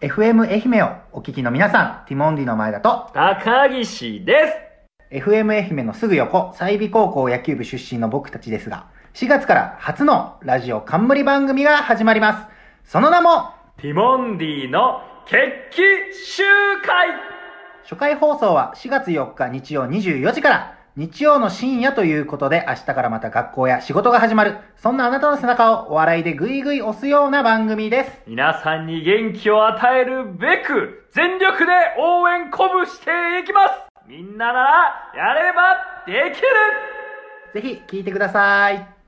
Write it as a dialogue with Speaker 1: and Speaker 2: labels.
Speaker 1: FM 愛媛をお聞きの皆さん、ティモンディの前田と、
Speaker 2: 高岸です。
Speaker 1: FM 愛媛のすぐ横、済美高校野球部出身の僕たちですが、4月から初のラジオ冠番組が始まります。その名も、
Speaker 2: ティモンディの決起集会
Speaker 1: 初回放送は4月4日日曜24時から、日曜の深夜ということで、明日からまた学校や仕事が始まる、そんなあなたの背中をお笑いでぐいぐい押すような番組です。
Speaker 2: 皆さんに元気を与えるべく、全力で応援鼓舞していきますみんななら、やればできる
Speaker 1: ぜひ聞いてください。